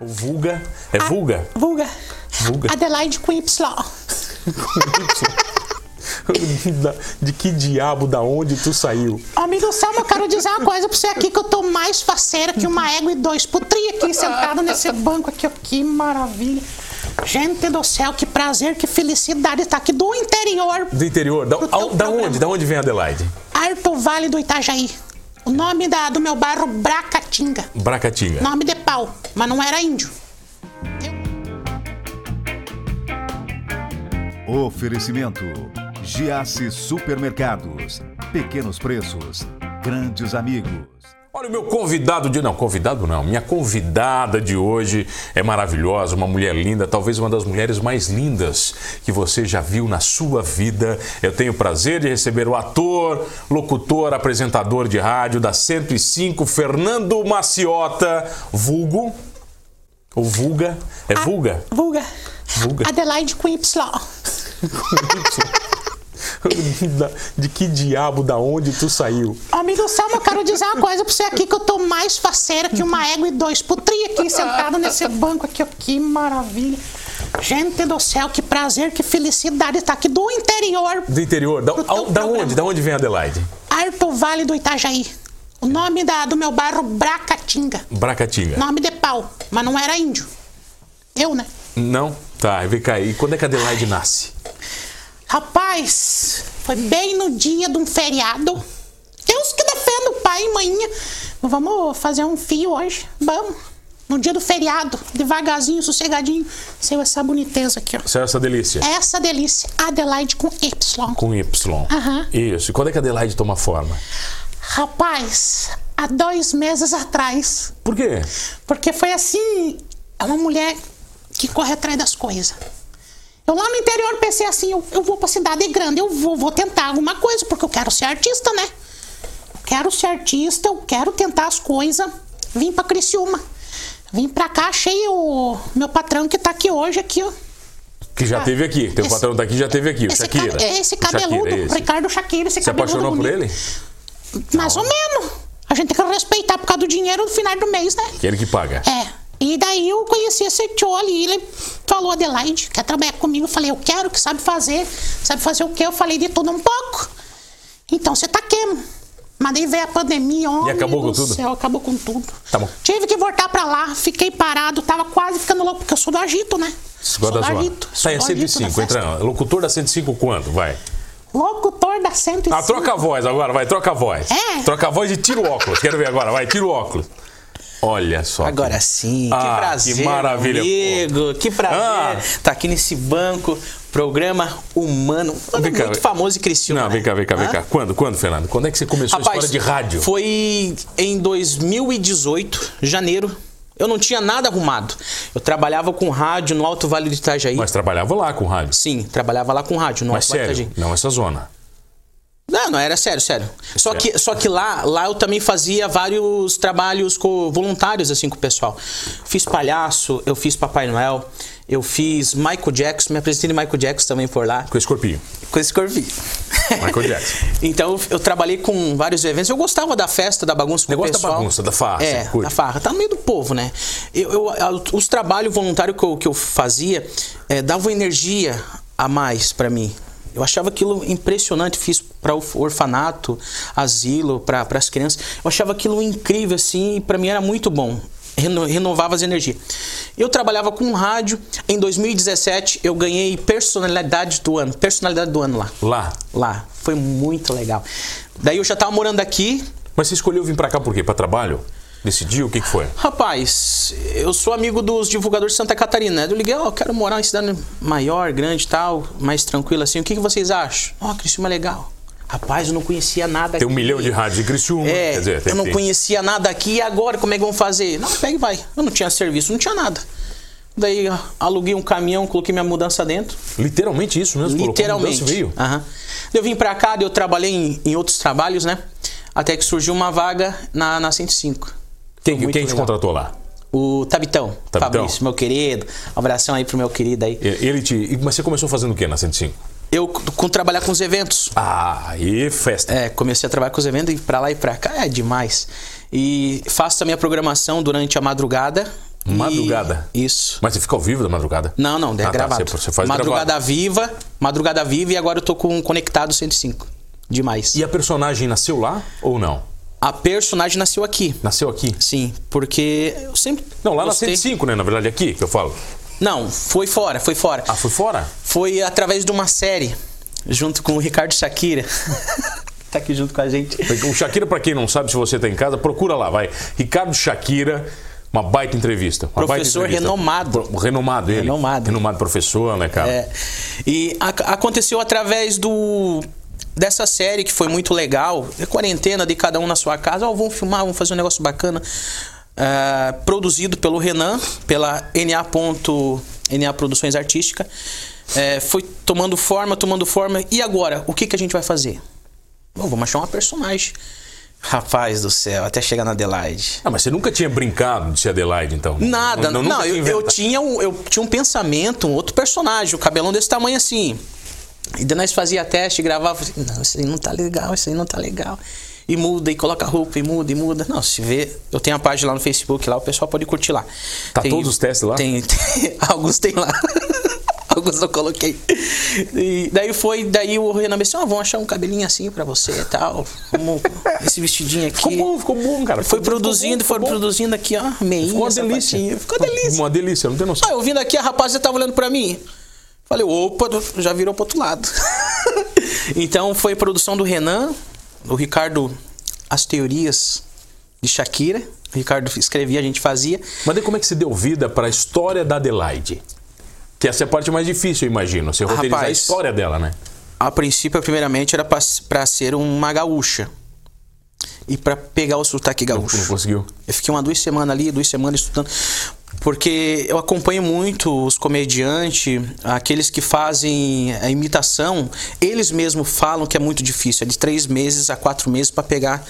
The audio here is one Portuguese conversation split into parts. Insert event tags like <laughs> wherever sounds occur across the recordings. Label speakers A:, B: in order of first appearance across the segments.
A: O Vulga. É Vulga?
B: Vulga.
A: Vulga.
B: Adelaide com Y.
A: Da- <laughs> De que diabo, da onde tu saiu?
B: Ô, Amigo do céu, eu quero dizer uma coisa pra você aqui que eu tô mais faceira que uma égua e dois putri aqui sentado nesse banco aqui, ó. Que maravilha. Gente do céu, que prazer, que felicidade estar aqui do interior,
A: Do interior. Da,
B: Pro teu
A: ao- da
B: programa.
A: onde? Da onde vem Adelaide?
B: Arto Vale do Itajaí. O nome da- do meu bairro, Bracatinga.
A: Bracatinga.
B: Nome de pau, mas não era índio.
C: Oferecimento: Giasse Supermercados. Pequenos preços, grandes amigos.
A: Olha, o meu convidado de. Não, convidado não. Minha convidada de hoje é maravilhosa, uma mulher linda, talvez uma das mulheres mais lindas que você já viu na sua vida. Eu tenho o prazer de receber o ator, locutor, apresentador de rádio da 105, Fernando Maciota, vulgo. Ou vulga. É vulga?
B: Vulga.
A: Vulga.
B: Adelaide com Y.
A: <laughs> Da- De que diabo, da onde tu saiu?
B: Ô, Amigo do céu, eu quero dizer uma coisa pra você aqui que eu tô mais faceira que uma égua e dois putri aqui sentado nesse banco aqui, ó. Que maravilha. Gente do céu, que prazer, que felicidade estar aqui do interior,
A: Do interior. Da,
B: Pro teu
A: ao- da
B: programa.
A: onde? Da onde vem Adelaide?
B: Arto Vale do Itajaí. O nome da- do meu bairro, Bracatinga.
A: Bracatinga.
B: Nome de pau, mas não era índio. Eu, né?
A: Não? Tá, vem cá. E quando é que Adelaide nasce?
B: Rapaz, foi bem no dia de um feriado. Eu que defendo pai e manhinha. Vamos fazer um fio hoje. Vamos. No dia do feriado, devagarzinho, sossegadinho. Saiu essa boniteza aqui, ó.
A: Saiu é essa delícia?
B: Essa delícia, Adelaide com Y.
A: Com Y.
B: Aham.
A: Isso. E quando é que Adelaide toma forma?
B: Rapaz, há dois meses atrás,
A: Por quê?
B: Porque foi assim, é uma mulher que corre atrás das coisas. Eu lá no interior pensei assim, eu, eu vou pra cidade grande, eu vou, vou tentar alguma coisa, porque eu quero ser artista, né? Eu quero ser artista, eu quero tentar as coisas. Vim pra Criciúma. Vim pra cá, achei o meu patrão que tá aqui hoje, aqui, ó.
A: Que já
B: Ah,
A: teve aqui. Teu
B: esse-
A: patrão daqui já teve aqui. O
B: Esse,
A: Shakira.
B: ca- esse
A: O Shakira, é
B: cabeludo,
A: esse.
B: Ricardo Shakira, esse
A: Se
B: cabeludo
A: apaixonou por
B: bonito.
A: ele?
B: Mais ou menos. A gente tem que respeitar por causa do dinheiro no final do mês, né?
A: Que ele que paga.
B: É. E daí eu conheci esse tio ali, ele falou, Adelaide, quer trabalhar comigo? Eu falei, eu quero, que sabe fazer. Sabe fazer o quê? Eu falei de tudo um pouco. Então você tá queimo. Mas daí veio a pandemia, homem
A: acabou
B: do
A: com tudo?
B: céu, acabou com tudo.
A: Tá bom.
B: Tive que voltar pra lá, fiquei parado, tava quase ficando louco, porque eu sou do agito, né?
A: Você gosta da Tá, é
B: sou do
A: zoar.
B: agito.
A: Sai a
B: sou do agito da
A: 105,
B: festa.
A: entra. Locutor da 105 quando? Vai.
B: Locutor da 105.
A: Ah, troca a voz agora, vai, troca a voz.
B: É?
A: Troca a voz e tira o óculos. Quero ver agora, vai, tira o óculos. Olha só.
D: Agora sim, que
A: Ah,
D: prazer,
A: que maravilha,
D: amigo, que prazer
A: Ah.
D: estar aqui nesse banco, programa humano, um
A: Vem cá,
D: muito
A: vem-
D: famoso e Criciúma.
A: Não, vem cá, vem cá, vem
D: Hã?
A: cá. Quando, quando, Fernando? Quando é que você começou a
D: Rapaz,
A: história de rádio?
D: foi em 2018, janeiro, eu não tinha nada arrumado, eu trabalhava com rádio no Alto Vale do Itajaí,
A: Mas trabalhava lá com rádio.
D: sim, trabalhava lá com rádio no
A: Mas
D: Alto Vale do
A: sério,
D: Itajaí.
A: não essa zona.
D: Não, não, era sério, sério. Só
A: Sério.
D: que, só que lá, lá eu também fazia vários trabalhos co- voluntários, assim, com o pessoal. Fiz palhaço, eu fiz Papai Noel, eu fiz Michael Jackson, me apresentei de Michael Jackson também por lá,
A: Com esse corpinho.
D: com esse corvinho. <laughs>
A: Michael Jackson.
D: então eu, eu trabalhei com vários eventos. Eu gostava da festa, da bagunça com o
A: Negócio da
D: pessoal.
A: bagunça, da farra,
D: É,
A: você curte?
D: da farra. Tá no meio do povo, né? Eu, eu- a- os trabalhos voluntários que eu, que eu fazia é, davam energia a mais pra mim. Eu achava aquilo impressionante, fiz para orfanato, asilo, para as crianças. Eu achava aquilo incrível, assim, e para mim era muito bom. Reno- renovava as energias. Eu trabalhava com rádio. Em 2017, eu ganhei personalidade do ano. Personalidade do ano lá.
A: Lá.
D: Lá. Foi muito legal. Daí eu já tava morando aqui.
A: Mas você escolheu vir pra cá por quê? Pra trabalho? Decidiu? O que, que foi?
D: Rapaz, eu sou amigo dos divulgadores de Santa Catarina, né? Eu liguei, ó, eu quero morar em cidade maior, grande e tal, mais tranquila assim. O que, que vocês acham? Ó, Criciúma é legal. Rapaz, eu não conhecia nada
A: Tem um
D: aqui.
A: milhão de rádios em Criciúma.
D: É,
A: quer dizer, tem,
D: eu não
A: tem-
D: conhecia nada aqui, e agora como é que vão fazer? Não, pega e vai. Eu não tinha serviço, não tinha nada. Daí ó, aluguei um caminhão, coloquei minha mudança dentro.
A: Literalmente isso mesmo. colocou
D: Literalmente. Ah,
A: mudança e veio.
D: Aham. Eu vim pra cá, daí eu trabalhei em, em outros trabalhos, né? Até que surgiu uma vaga na, na 105.
A: Quem,
D: Muito
A: quem te
D: legal.
A: contratou lá?
D: O Tabitão,
A: Tabitão.
D: Fabrício, meu querido. Um abração aí pro meu querido aí.
A: E- Ele te. e- Mas você começou fazendo o quê na 105?
D: Eu com trabalhar com os eventos.
A: Ah, e festa.
D: É, comecei a trabalhar com os eventos e pra lá e pra cá é demais. E faço também a programação durante a madrugada.
A: Madrugada.
D: Isso.
A: Mas você fica ao vivo da madrugada?
D: Não, não, é
A: Ah, tá,
D: gravado.
A: você- você faz
D: madrugada
A: gravado.
D: viva, madrugada viva e agora eu tô com um conectado 105. Demais.
A: E a personagem nasceu lá ou não?
D: a personagem nasceu aqui.
A: Nasceu aqui?
D: Sim, porque eu sempre.
A: Não, lá na
D: gostei.
A: 105, né? Na verdade, aqui que eu falo.
D: Não, foi fora, foi fora.
A: Ah, foi fora?
D: Foi através de uma série, junto com o Ricardo Shakira. <laughs> tá aqui junto com a gente.
A: O Shakira, pra quem não sabe, se você tá em casa, procura lá, vai. Ricardo Shakira, uma baita entrevista. uma baita
D: Professor
A: entrevista.
D: renomado.
A: Pro- renomado, ele.
D: Renomado.
A: Renomado professor, né, cara?
D: É, e a- aconteceu através do dessa série que foi muito legal. É quarentena de cada um na sua casa. Ó, vamos filmar, vamos fazer um negócio bacana. Ah, produzido pelo Renan, pela NA. ponto- NA Produções Artística. É, foi tomando forma, tomando forma. E agora, o que, que a gente vai fazer? Bom, vamos achar uma personagem. Rapaz do céu, até chegar na Adelaide.
A: Ah, mas você nunca tinha brincado de ser Adelaide, então?
D: Nada, não,
A: nunca tinha
D: eu, eu
A: inventado.
D: tinha um, eu tinha um pensamento, um outro personagem, o cabelão desse tamanho assim. E daí nós fazia teste, gravava, assim, não, isso aí não tá legal, isso aí não tá legal. E muda, e coloca roupa, e muda, e muda. Não, se vê, eu tenho a página lá no Facebook, lá o pessoal pode curtir lá.
A: Tá todos os testes lá?
D: Tem, <laughs> tem- alguns tem lá. <laughs> alguns eu coloquei. E daí foi, daí o Renan me disse, ó, vamos achar um cabelinho assim pra você e tal. Vamos, esse vestidinho aqui.
A: Ficou bom, ficou bom, cara.
D: Foi
A: Ficou- ficou
D: produzindo,
A: bom,
D: foi
A: ficou bom.
D: produzindo aqui, ó, meinha,
A: Ficou uma
D: sapatinho.
A: delícia.
D: Ficou delícia.
A: Uma delícia, não tem noção.
D: Ah, eu vindo aqui, a rapaziada tava olhando pra mim. Falei, opa, já virou pro outro lado. <laughs> então foi produção do Renan, o Ricardo, as teorias de Shakira. O Ricardo escrevia, a gente fazia.
A: Mas daí como é que se deu vida pra história da Adelaide? Que essa é a parte mais difícil, eu imagino. Você roteirizar a
D: Rapaz.
A: história dela, né?
D: A princípio, primeiramente, era pra- pra ser uma gaúcha. E pra pegar o sotaque gaúcho.
A: Não conseguiu.
D: Eu fiquei uma duas semanas ali, duas semanas estudando. Porque eu acompanho muito os comediantes, aqueles que fazem a imitação, eles mesmos falam que é muito difícil, é de três meses a quatro meses para pegar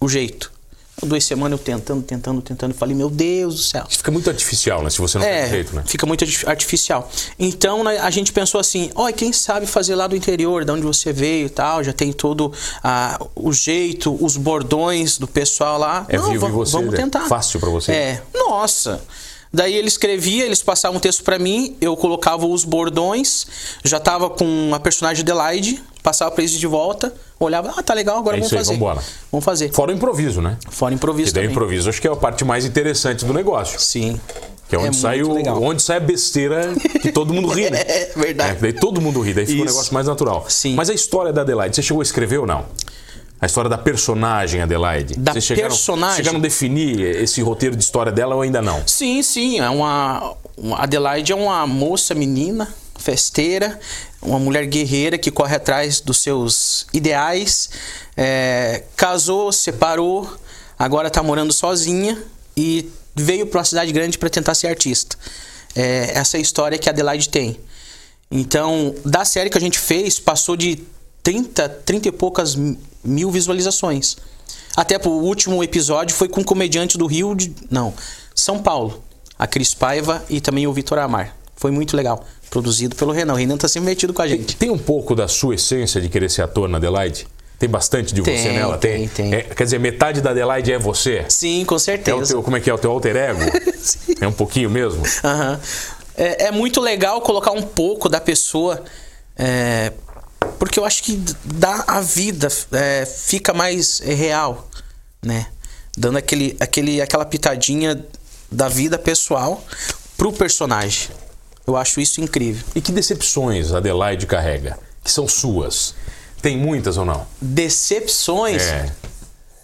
D: o jeito. Então, Duas semanas eu tentando, tentando, tentando, falei, meu Deus do céu.
A: Fica muito artificial, né? Se você não tem jeito, né?
D: É, Fica muito arti- artificial. Então né, a gente pensou assim, ó, e quem sabe fazer lá do interior, da onde você veio e tal, já tem todo ah, o jeito, os bordões do pessoal lá.
A: É vivo
D: va-
A: e você,
D: vamos
A: né?
D: tentar.
A: Fácil pra você.
D: É. Nossa. Daí ele escrevia, eles passavam o texto pra mim, eu colocava os bordões, já tava com a personagem Adelaide, passava pra eles de volta, olhava, ah, tá legal, agora
A: É
D: vamos
A: isso aí,
D: fazer.
A: vambora.
D: Vamos fazer.
A: Fora o improviso, né?
D: Fora
A: Que
D: improviso
A: daí o
D: também.
A: improviso acho que é a parte mais interessante do negócio.
D: Sim.
A: Que é onde,
D: muito
A: sai, o-
D: legal.
A: onde sai a besteira que todo mundo ri, né?
D: <laughs> É
A: É,
D: verdade.
A: daí todo mundo ri, daí fica um
D: Isso.
A: negócio mais natural.
D: Sim.
A: Mas a história da Adelaide, você chegou a escrever ou não? A história da personagem Adelaide.
D: Da
A: Vocês
D: personagem?
A: Chegaram a definir esse roteiro de história dela ou ainda não?
D: Sim, sim. É uma, uma- Adelaide é uma moça, menina, festeira, uma mulher guerreira que corre atrás dos seus ideais. É, casou, separou, agora tá morando sozinha e veio para uma cidade grande para tentar ser artista. É, essa é a história que a Adelaide tem. Então, da série que a gente fez, passou de 30, 30 e poucas mi- mil visualizações. Até pro último episódio foi com um comediante do Rio de. Não, São Paulo. A Cris Paiva e também o Vitor Amar. Foi muito legal. Produzido pelo Renan. O Renan tá sempre metido com a gente.
A: Tem um pouco da sua essência de querer ser ator na Adelaide? Tem bastante de você
D: Tem,
A: nela?
D: tem, tem.
A: É, quer dizer, metade da Adelaide é você?
D: Sim, com
A: É o
D: certeza.
A: teu, como é que é? O teu alter
D: <laughs>
A: ego? é um pouquinho mesmo?
D: Aham. É, é muito legal colocar um pouco da pessoa, é, porque eu acho que dá a vida, é, fica mais real, né? Dando aquele, aquele, aquela pitadinha da vida pessoal pro personagem. Eu acho isso incrível.
A: E que decepções a Adelaide carrega? Que são suas? Tem muitas ou não?
D: Decepções.
A: É,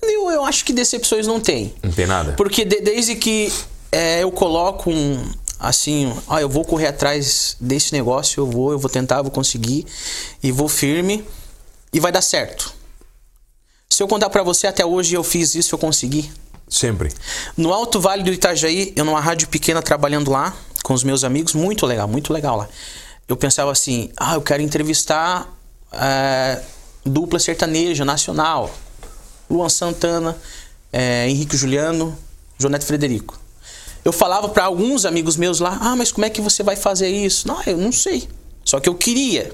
D: Eu, eu acho que decepções não tem.
A: não tem nada?
D: Porque de- desde que é, eu coloco um. Assim, ah, eu vou correr atrás desse negócio, eu vou, eu vou tentar, eu vou conseguir, e vou firme, e vai dar certo. Se eu contar pra você, até hoje eu fiz isso, eu consegui.
A: Sempre.
D: No Alto Vale do Itajaí, eu numa rádio pequena trabalhando lá com os meus amigos, muito legal, muito legal lá. Eu pensava assim, ah, eu quero entrevistar eh, dupla sertaneja nacional, Luan Santana, eh, Henrique Juliano, Joneto Frederico. Eu falava pra alguns amigos meus lá, ah, mas como é que você vai fazer isso? Não, eu não sei. Só que eu queria.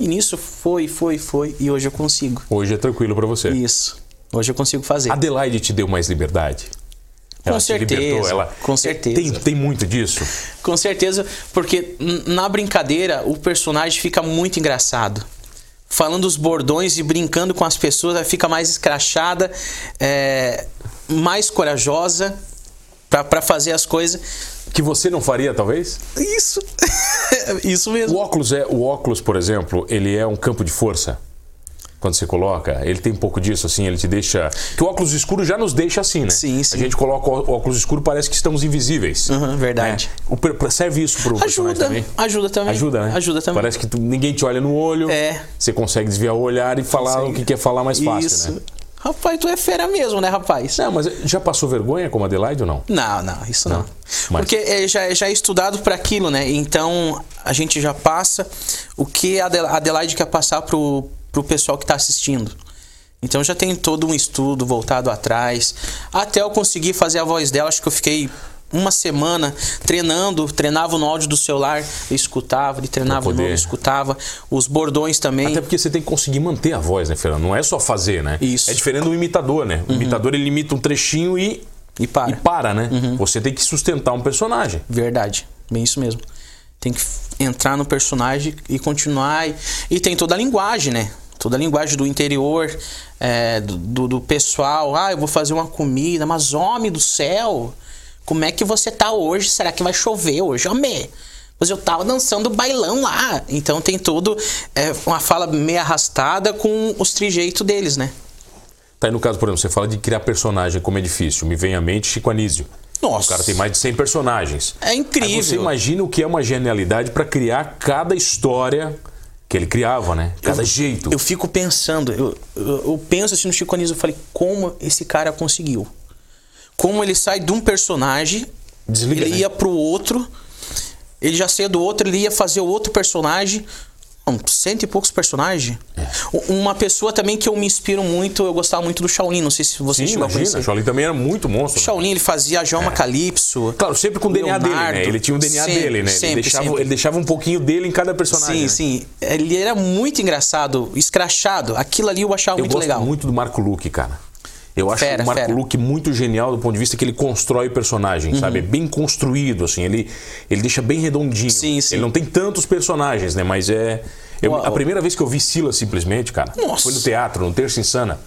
D: E nisso foi, foi, foi, e hoje eu consigo.
A: Hoje é tranquilo pra você.
D: Isso. Hoje eu consigo fazer.
A: Adelaide te deu mais liberdade? Ela
D: Com
A: se
D: certeza,
A: libertou, ela- é,
D: com certeza.
A: Tem, tem muito disso?
D: Com certeza, porque n- na brincadeira o personagem fica muito engraçado. Falando os bordões e brincando com as pessoas, ela fica mais escrachada, é, mais corajosa pra pra fazer as coisas.
A: Que você não faria, talvez?
D: Isso! <laughs> Isso
A: O
D: mesmo.
A: óculos é. O óculos, por exemplo, ele é um campo de força. Quando você coloca, ele tem um pouco disso, assim, ele te deixa. Que o óculos escuro já nos deixa assim, né?
D: Sim, sim.
A: A gente coloca o óculos escuro, parece que estamos invisíveis.
D: Uhum, verdade.
A: né? O per- pra- serve isso pro personagem
D: Ajuda,
A: também?
D: ajuda também.
A: Ajuda, né?
D: Ajuda também.
A: Parece que tu- ninguém te olha no olho.
D: É.
A: Você consegue desviar o olhar e falar o que quer falar mais fácil,
D: Isso.
A: né?
D: Rapaz, tu é fera mesmo, né, rapaz?
A: Não, mas já passou vergonha como Adelaide ou não?
D: Não, não, isso não.
A: Não, mas-
D: Porque é, já, já é estudado para aquilo, né? Então a gente já passa o que a Adel- a Adelaide quer passar pro, pro pessoal que está assistindo. Então já tem todo um estudo voltado atrás. Até eu conseguir fazer a voz dela, acho que eu fiquei uma semana treinando, treinava no áudio do celular, eu escutava, ele treinava
A: Pra
D: no
A: poder.
D: eu escutava. Os bordões também.
A: Até porque você tem que conseguir manter a voz, né, Fernando? Não é só fazer, né?
D: Isso. Uhum.
A: É diferente do imitador, né? O imitador ele imita um trechinho e.
D: E para.
A: E para, né?
D: Uhum.
A: Você tem que sustentar um personagem.
D: Verdade, bem isso mesmo. Tem que f- entrar no personagem e continuar. E, e tem toda a linguagem, né? Toda a linguagem do interior, é, do, do- do pessoal. Ah, eu vou fazer uma comida, mas homem do céu, como é que você tá hoje? Será que vai chover hoje? Homem! Mas eu tava dançando bailão lá. Então tem todo é, uma fala meio arrastada com os trijeitos deles, né?
A: Tá aí no caso, por exemplo, você fala de criar personagem como é difícil. Me vem à mente Chico Anísio.
D: Nossa.
A: O cara tem mais de 100 personagens.
D: É incrível.
A: Aí você imagina o que é uma genialidade pra criar cada história que ele criava, né? Cada jeito.
D: Eu fico pensando, eu, eu, eu penso assim no Chico Anísio, eu falei, como esse cara conseguiu? Como ele sai de um personagem,
A: Desliga,
D: ele
A: né?
D: ia pro outro, ele já saía do outro, ele ia fazer o outro personagem. Não, cento e poucos personagens.
A: É.
D: U- Uma pessoa também que eu me inspiro muito, eu gostava muito do Shaolin, não sei se você
A: Sim,
D: chegou a
A: imagina.
D: conhecer.
A: Shaolin também era muito monstro.
D: O
A: né?
D: assim. Shaolin, ele fazia a Joma Calypso.
A: Claro, sempre com o DNA dele, né?
D: Leonardo.
A: Ele tinha um DNA
D: Sempre,
A: dele, né?
D: sempre,
A: ele, deixava,
D: sempre.
A: ele deixava um pouquinho dele em cada personagem.
D: Sim,
A: né?
D: sim. Ele era muito engraçado, escrachado. Aquilo ali eu achava
A: Eu
D: muito
A: gosto
D: legal.
A: muito do Marco Luque, cara. Eu acho
D: Fera,
A: o Marco
D: fera. Uhum.
A: Luque muito genial do ponto de vista que ele constrói o personagem, sabe? É bem construído, assim. Ele, ele deixa bem redondinho.
D: Sim, sim.
A: Ele não tem tantos personagens, né? Mas é... eu-
D: Uau.
A: a primeira vez que eu vi Sila, simplesmente, cara,
D: Nossa.
A: foi no teatro, no Terça Insana.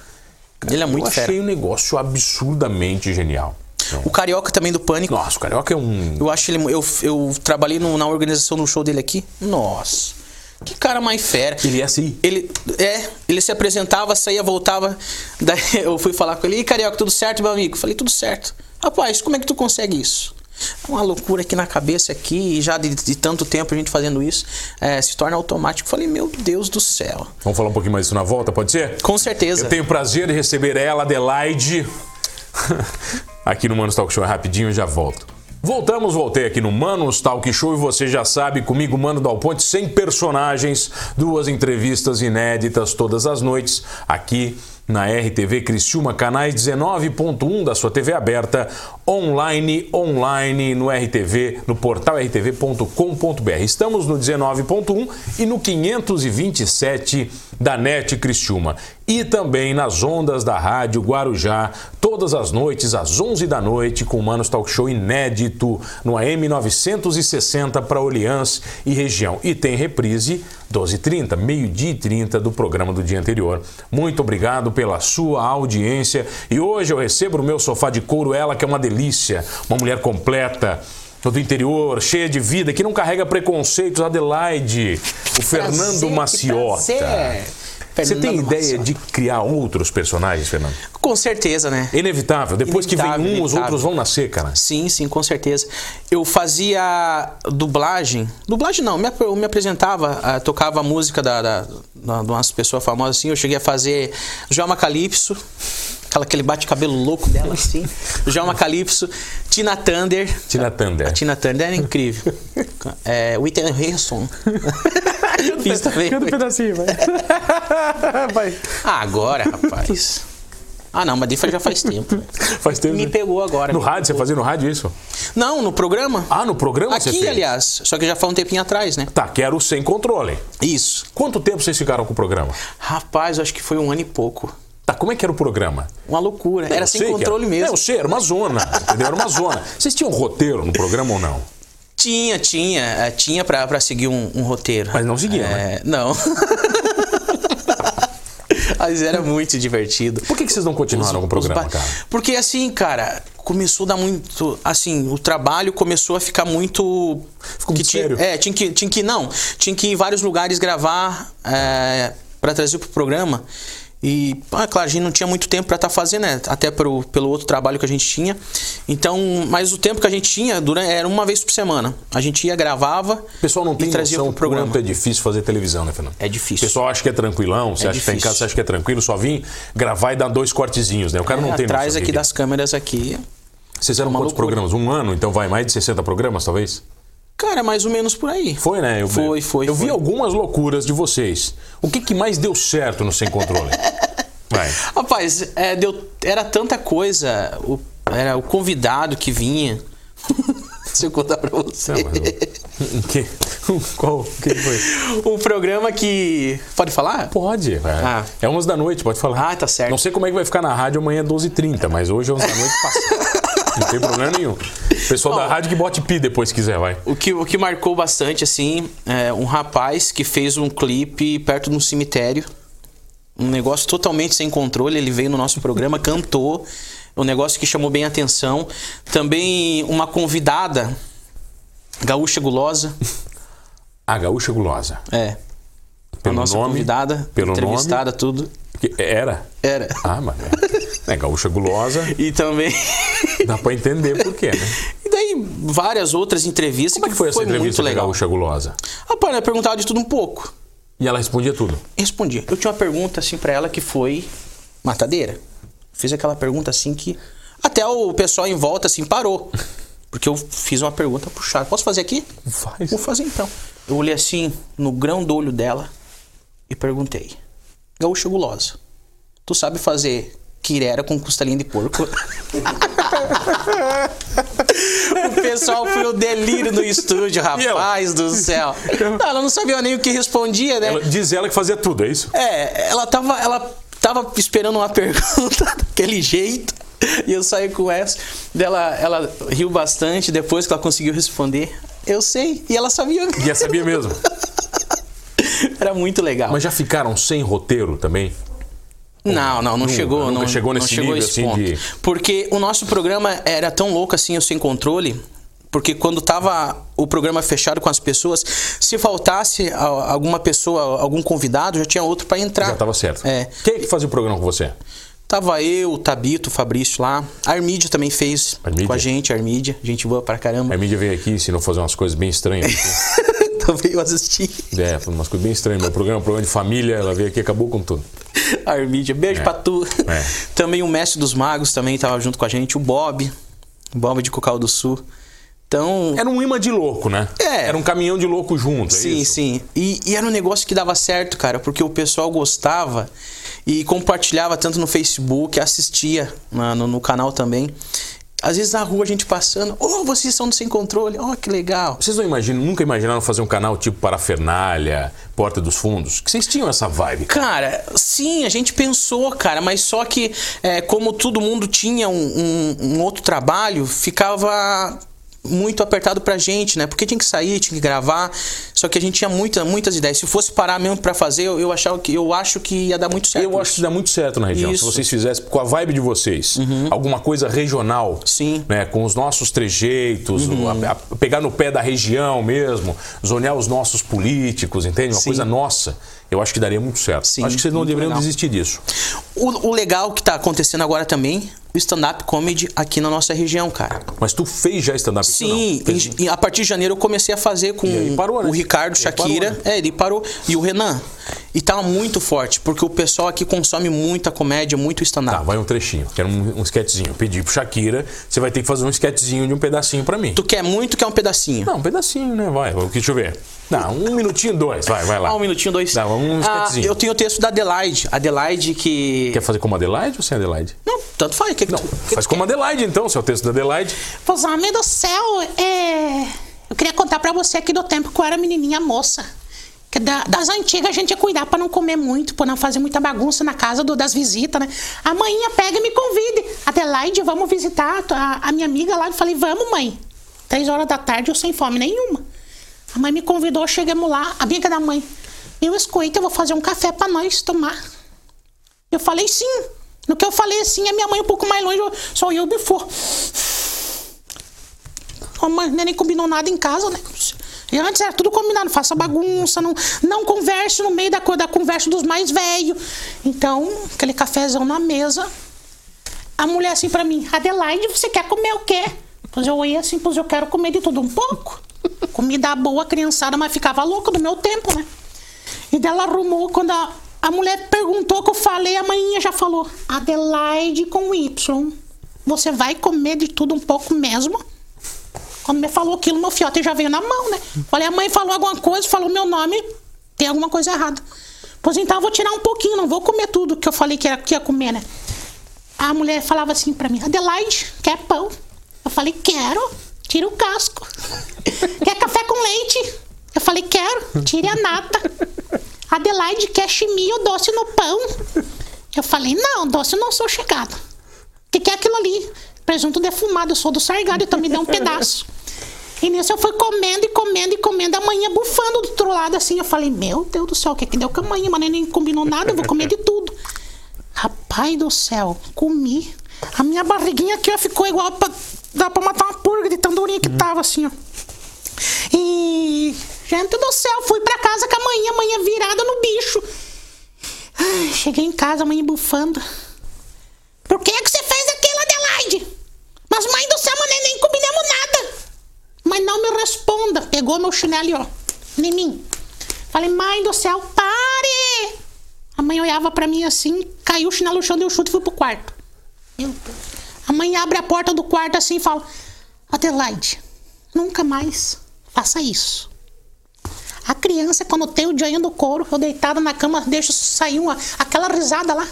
D: Ele é muito
A: eu achei
D: fera.
A: um negócio absurdamente genial. Então,
D: O Carioca também do Pânico.
A: Nossa, o Carioca é um...
D: Eu acho ele. Eu, eu trabalhei no- na organização do show dele aqui. Nossa. Que cara mais fera.
A: Ele é assim.
D: Ele, é, ele se apresentava, saía, voltava. <laughs> Daí eu fui falar com ele. E Carioca, tudo certo, meu amigo? Falei, tudo certo. Rapaz, como é que tu consegue isso? "É Uma loucura aqui na cabeça aqui, e já de, de tanto tempo a gente fazendo isso, é, se torna automático. Falei, meu Deus do céu.
A: Vamos falar um pouquinho mais disso na volta, pode ser?
D: Com certeza.
A: Eu tenho o prazer de receber ela, Adelaide, <laughs> aqui no Manos Talk Show. É rapidinho, eu já volto. Voltamos, voltei aqui no Manos Talk Show e você já sabe, comigo, Mano Dal Ponte, sem personagens, duas entrevistas inéditas todas as noites aqui na RTV Criciúma, canais 19.1 da sua TV aberta, online, online, no RTV, no portal rtv.com.br. Estamos no 19.1 e no 527 da NET Criciúma. E também nas ondas da Rádio Guarujá, todas as noites, às 11 da noite, com o Manos Talk Show inédito no AM 960 para Orleans e região. E tem reprise 12h30, meio-dia e 30 do programa do dia anterior. Muito obrigado pela sua audiência. E hoje eu recebo no meu sofá de couro ela, que é uma delícia, uma mulher completa. Do interior, cheia de vida, que não carrega preconceitos, Adelaide, o Fernando Maciota. Você tem ideia de criar outros personagens, Fernando?
D: Com certeza, né?
A: Inevitável. Depois que
D: Inevitável,
A: vem um, os
D: inevitável.
A: outros vão nascer, cara.
D: Sim, sim, com certeza. Eu fazia dublagem. Dublagem não, me ap- eu me apresentava, ah, tocava a música da, da, da- de umas pessoas famosas assim. Eu cheguei a fazer Joama Calypso, aquela, aquele bate-cabelo louco
A: <laughs>
D: dela assim. Joama Calypso, Tina Thunder.
A: Tina Thunder.
D: A Tina Thunder era incrível. é, Whitney
A: <laughs>
D: Houston. Fiz também.
A: pedacinho, <laughs> vai.
D: Ah, agora, rapaz. Ah, não, mas daí já faz
A: <laughs>
D: tempo. velho.
A: Faz tempo.
D: Me
A: né?
D: pegou agora.
A: No rádio, você fazia no rádio isso?
D: Não, no programa.
A: Ah, no programa você
D: Aqui,
A: fez?
D: aliás. Só que já foi um tempinho atrás, né?
A: Tá, quero sem controle.
D: Isso.
A: Quanto tempo vocês ficaram com o programa?
D: Rapaz, eu acho que foi um ano e pouco.
A: Tá, como é que era o programa?
D: Uma loucura.
A: Eu
D: Era sem
A: sei que
D: controle
A: era.
D: mesmo.
A: Não, eu sei, era uma zona, entendeu? Era uma zona. Vocês tinham roteiro no programa ou não?
D: Tinha, tinha. eh, Tinha pra, pra seguir um, um roteiro.
A: Mas não seguia,
D: É,
A: né?
D: Não. <laughs> Mas era muito divertido.
A: Por que, que vocês não continuaram com o programa,
D: Os ba-
A: cara?
D: Porque assim, cara, começou a dar muito. Assim, o trabalho começou a ficar muito. Ficou
A: muito sério.
D: É, tinha que, tinha que. Não, tinha que ir em vários lugares gravar é, para trazer pro programa. E, ah, claro, a gente não tinha muito tempo para estar fazendo, né? Até pelo, pelo outro trabalho que a gente tinha. Então, mas o tempo que a gente tinha durante, era uma vez por semana. A gente ia, gravava.
A: O pessoal não tem
D: e trazia
A: noção
D: pro programa.
A: quanto é difícil fazer televisão, né, Fernando?
D: É difícil.
A: O pessoal acha que é tranquilão, você
D: É
A: acha que tá em
D: difícil.
A: casa, você acha que é tranquilo, só vim gravar e dar dois cortezinhos, né? O cara não
D: É,
A: tem
D: atrás
A: noção
D: aqui
A: que-
D: das câmeras aqui.
A: Vocês eram
D: uma
A: quantos
D: loucura.
A: programas? Um ano, então vai mais de 60 programas, talvez?
D: Cara, é mais ou menos por aí.
A: Foi, né? Eu,
D: Foi, foi,
A: Eu vi
D: foi.
A: algumas loucuras de vocês. O que, que mais deu certo no Sem Controle?
D: <laughs>
A: Vai.
D: Rapaz, é, deu- era tanta coisa. o- era o convidado que vinha. <laughs> Deixa eu contar pra você.
A: Não, mas o- o quê? Qual? O que foi?
D: <laughs> Um programa que. Pode falar?
A: Pode. É,
D: Ah.
A: é 11 da noite, pode falar.
D: Ah, tá certo.
A: Não sei como é que vai ficar na rádio amanhã 12h30, mas hoje 11 da noite passa. Não tem problema nenhum. Pessoal da rádio que bote pi depois se quiser, vai.
D: O que, o que marcou bastante, assim, é um rapaz que fez um clipe perto de um cemitério. Um negócio totalmente sem controle. Ele veio no nosso
A: <laughs>
D: programa, cantou. Um negócio que chamou bem a atenção. Também uma convidada, Gaúcha Gulosa.
A: A Gaúcha Gulosa.
D: É.
A: Pelo
D: a nossa
A: nome,
D: convidada,
A: pelo
D: entrevistada, tudo.
A: Que Era?
D: Era.
A: Ah, mano. É, é Gaúcha Gulosa,
D: E também. <laughs>
A: dá pra entender por quê, né?
D: e daí várias outras entrevistas.
A: Como é que foi essa entrevista
D: muito
A: com a
D: legal.
A: Gaúcha é Gulosa?
D: Rapaz, ela perguntava de tudo um pouco.
A: E ela respondia tudo.
D: Respondi. Eu tinha uma pergunta assim pra ela que foi. Matadeira. Fiz aquela pergunta assim que. Até o pessoal em volta assim parou. Porque eu fiz uma pergunta puxada. Posso fazer aqui?
A: Faz.
D: Vou fazer então. Eu olhei assim no grão do olho dela e perguntei: Gaúcha gulosa, tu sabe fazer quirera com costelinha de porco? <laughs> o pessoal foi o delírio no estúdio,
A: E ela?
D: rapaz do céu. Não, ela não sabia nem o que respondia, né?
A: Ela- diz ela que fazia tudo, é isso?
D: É, ela tava, ela tava esperando uma <laughs> pergunta daquele jeito. E eu saí com essa. Dela, ela riu bastante depois que ela conseguiu responder. Eu sei. E ela sabia.
A: E ela sabia
D: <laughs>
A: mesmo.
D: Era muito legal.
A: Mas já ficaram sem roteiro também?
D: não, não, não chegou.
A: nunca
D: não,
A: chegou
D: não
A: nesse
D: chegou a
A: nível,
D: esse
A: assim,
D: ponto.
A: de-
D: Porque o nosso programa era tão louco assim, o sem controle. Porque quando tava o programa fechado com as pessoas, se faltasse a- alguma pessoa, algum convidado, já tinha outro pra entrar.
A: Já tava certo.
D: É.
A: Quem é que fazia o programa com você?
D: Tava eu, o Tabito, o Fabrício lá. A Armídia também fez
A: Armídia?
D: com a gente, a Armídia. Gente boa pra caramba.
A: A mídia veio aqui e ensinou a fazer umas coisas bem estranhas.
D: <laughs> também eu assisti.
A: é, foi umas coisas bem estranhas. Meu programa é um programa de família, ela veio aqui e acabou com tudo.
D: A <laughs> Armídia, beijo
A: É.
D: pra tu.
A: É.
D: <laughs> Também o Mestre dos Magos também tava junto com a gente. O Bob, o Bob de Cocal do Sul. Então,
A: Era um imã de louco, né?
D: É.
A: Era um caminhão de louco junto, é
D: sim,
A: isso?
D: sim. E, e era um negócio que dava certo, cara, porque o pessoal gostava e compartilhava tanto no Facebook, assistia na- no, no canal também. Às vezes na rua a gente passando, oh, vocês são do sem controle, oh, que legal.
A: Vocês não imaginam, nunca imaginaram fazer um canal tipo Parafernália, Porta dos Fundos? Que vocês tinham essa vibe.
D: Cara, sim, a gente pensou, cara, mas só que é, como todo mundo tinha um, um- um outro trabalho, ficava muito apertado pra gente, né? Porque tinha que sair, tinha que gravar. Só que a gente tinha muita, muitas ideias. Se fosse parar mesmo pra fazer, eu, eu achava que eu acho que ia dar muito certo.
A: Eu acho que dá muito certo na região.
D: Isso. Uhum.
A: Se vocês fizessem com a vibe de vocês, alguma coisa regional.
D: Sim. Uhum.
A: Né, com os nossos trejeitos, o- a- a- pegar no pé da região mesmo, zonear os nossos políticos, entende? Uma
D: Sim.
A: coisa nossa. Eu acho que daria muito certo.
D: Sim,
A: acho que vocês não
D: muito
A: deveriam
D: legal.
A: desistir disso.
D: O, o legal que tá acontecendo agora também, o stand-up comedy aqui na nossa região, cara.
A: Mas tu fez já stand-up? aqui,
D: Sim,
A: não? Fez-
D: em- em- a partir de janeiro eu comecei a fazer com
A: aí parou, né?
D: o Ricardo
A: Ele parou,
D: Shakira.
A: né?
D: É, ele parou. E o Renan. E tá muito forte, porque o pessoal aqui consome muita comédia, muito stand-up.
A: Tá, vai um trechinho. Quero um, um sketchzinho. Eu pedi pro Shakira, você vai ter que fazer um sketchzinho de um pedacinho pra mim.
D: Tu quer muito, quer um pedacinho.
A: Não, um pedacinho, né? Vai, vai, deixa eu ver. Não, um minutinho, dois. Vai, vai lá.
D: Ah, um minutinho, dois.
A: Dá, um
D: ah,
A: sketchzinho.
D: eu tenho o texto da Adelaide. Adelaide que.
A: Quer fazer como Adelaide ou sem Adelaide?
D: Não, tanto faz. Que que
A: Não,
D: tu- que
A: faz
D: tu
A: como Adelaide então, seu texto da Adelaide.
B: Pois, homem do céu, é... eu queria contar pra você aqui do tempo que eu era menininha moça. Que da- das antigas a gente ia cuidar pra não comer muito, pra não fazer muita bagunça na casa do- das visitas, né? Amanhã pega e me convide. Adelaide, vamos visitar a tua- a, minha amiga lá. Eu falei, vamos, mãe. Três horas da tarde eu sem fome nenhuma. A mãe me convidou, chegamos lá, a amiga da mãe. Eu escoito, eu vou fazer um café pra nós tomar. Eu falei sim. No que eu falei sim, a minha mãe um pouco mais longe, eu- só eu bifou. A mãe nem combinou nada em casa, né? E antes era tudo combinado, não faça bagunça, não, não converse no meio da, co- da conversa dos mais velhos. Então, aquele cafezão na mesa. A mulher assim pra mim, Adelaide, você quer comer o quê? Pois eu olhei assim, pois eu quero comer de tudo um pouco. Comida boa, criançada, mas ficava louca do meu tempo, né? E daí ela arrumou, quando a, a mulher perguntou que eu falei, a manhinha já falou: Adelaide com Y. Você vai comer de tudo um pouco mesmo? Quando me falou aquilo, meu fiote já veio na mão, né? Falei, a mãe falou alguma coisa, falou meu nome, tem alguma coisa errada. Pois então eu vou tirar um pouquinho, não vou comer tudo que eu falei que, era, que ia comer, né? A mulher falava assim pra mim, Adelaide, quer pão? Eu falei, quero. Tira o casco. <laughs> quer café com leite? Eu falei, quero. Tire a nata. Adelaide, quer chimia ou doce no pão? Eu falei, não, doce eu não sou chegada. O que, que é aquilo ali? Presunto defumado, eu sou do sargado, então me dá um pedaço. E nisso eu fui comendo e comendo e comendo, a manhã bufando do outro lado assim. Eu falei, meu Deus do céu, o que que deu com a manhã? Mas nem combinou nada, eu vou comer de tudo. Rapaz do céu, comi. A minha barriguinha aqui ó, ficou igual pra, dá pra matar uma purga de tão durinha que tava assim, ó. E, gente do céu, fui pra casa com a manhã, manhã virada no bicho. Ai, cheguei em casa, a manhã bufando. Por que que você fez aquilo, Adelaide? Mas mãe do céu, mas nem, nem combinamos nada. Mas não me responda. Pegou meu chinelo e ó, em mim. Falei, mãe do céu, pare! A mãe olhava pra mim assim, caiu o chinelo no chão, deu um chute e fui pro quarto. Meu Deus. A mãe abre a porta do quarto assim e fala, Adelaide, nunca mais faça isso. A criança, quando tem o joinha do couro, eu deitada na cama, deixo sair uma, aquela risada lá.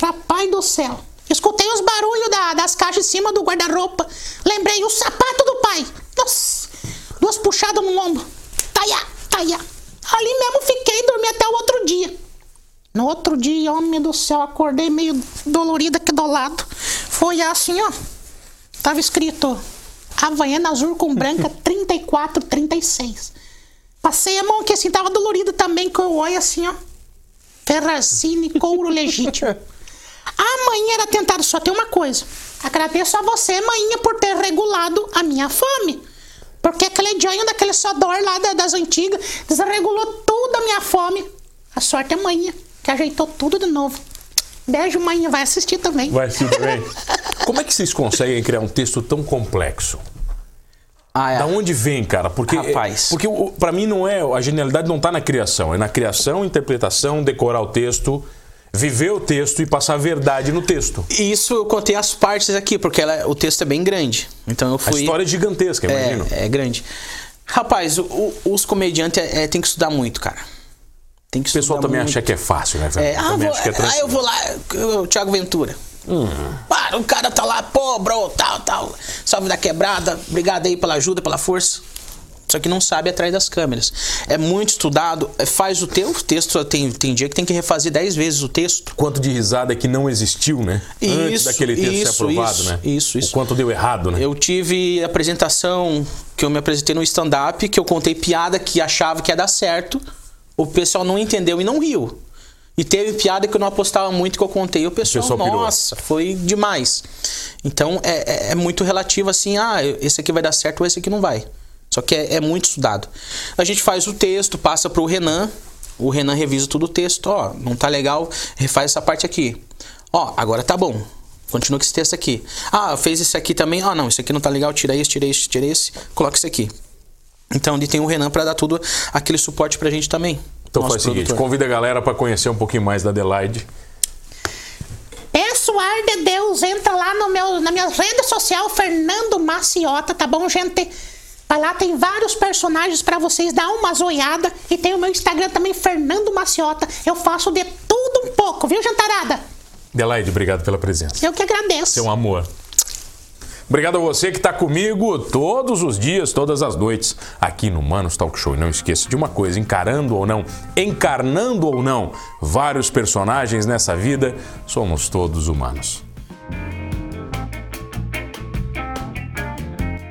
B: Rapaz do céu. Escutei os barulhos da- das caixas em cima do guarda-roupa. Lembrei o sapato do pai. Nossa, duas puxadas no ombro. Taiá, taiá. Ali mesmo fiquei e dormi até o outro dia. No outro dia, homem do céu, acordei meio dolorida aqui do lado. Foi assim, ó. Tava escrito Havaiana azul com branca 34, 36. Passei a mão aqui assim, tava dolorida também, que eu olho assim, ó. Ferracini, couro legítimo. A manhã era tentar só ter uma coisa. Agradeço a você, manhinha, por ter regulado a minha fome. Porque aquele joinho daquele sodor lá da- das antigas desregulou tudo a minha fome. A sorte é manhinha, que ajeitou tudo de novo. Beijo, manhinha. Vai assistir também.
A: Vai sim também. Como é que vocês conseguem criar um texto tão complexo?
D: Ah, é.
A: Da onde vem, cara? Porque,
D: Rapaz.
A: Porque o- pra mim não é. A genialidade não tá na criação. É na criação, interpretação, decorar o texto, viver o texto e passar a verdade no texto.
D: E isso eu contei as partes aqui, porque ela- o texto é bem grande. Então eu
A: A
D: fui.
A: história é gigantesca, imagino.
D: é, é grande. Rapaz, o- o- os comediantes é, é, tem que estudar muito, cara. Tem que
A: O pessoal também
D: muito.
A: acha que é fácil, né, velho?
D: É, ah,
A: também
D: vou,
A: acha que é
D: ah, eu
A: tranquilo. Hum.
D: vou lá, o Thiago Ventura. Ah, o cara tá lá, pô, bro, tal, tal. Salve da quebrada, obrigado aí pela ajuda, pela força. Só que não sabe atrás das câmeras. É muito estudado, é, faz o teu texto, tem, tem dia que tem que refazer 10 vezes o texto.
A: Quanto de risada que não existiu, né? Antes
D: Isso,
A: daquele texto ser
D: isso,
A: aprovado,
D: isso,
A: né?
D: isso, isso.
A: O quanto deu errado, né?
D: Eu tive apresentação que eu me apresentei no stand-up, que eu contei piada que achava que ia dar certo, o pessoal não entendeu e não riu. E teve piada que eu não apostava muito que eu contei, e o pessoal,
A: pessoal pirou.
D: nossa, foi demais. Então é, é- é muito relativo assim, ah, esse aqui vai dar certo ou esse aqui não vai. Só que é, é muito estudado. A gente faz o texto, passa pro Renan, o Renan revisa todo o texto, ó, não tá legal, refaz essa parte aqui. Ó, agora tá bom. Continua com esse texto aqui. Ah, fez esse aqui também. Ah, não, esse aqui não tá legal. Tira esse, tira esse, tira esse. Coloca esse aqui. Então, ele tem o Renan pra dar tudo aquele suporte pra gente também.
A: Então
D: Nosso
A: faz o seguinte,
D: produtor.
A: convida a galera pra conhecer um pouquinho mais da Adelaide.
B: Pessoal É de Deus, entra lá no meu, na minha rede social, Fernando Maciota, tá bom, gente? Vai lá, tem vários personagens pra vocês dar uma zoiada. E tem o meu Instagram também, Fernando Maciota. Eu faço de tudo um pouco, viu, jantarada?
A: Adelaide, obrigado pela presença.
B: Eu que agradeço.
A: Seu amor. Obrigado a você que está comigo todos os dias, todas as noites, aqui no Manos Talk Show. E não esqueça de uma coisa: encarando ou não, encarnando ou não, vários personagens nessa vida, somos todos humanos.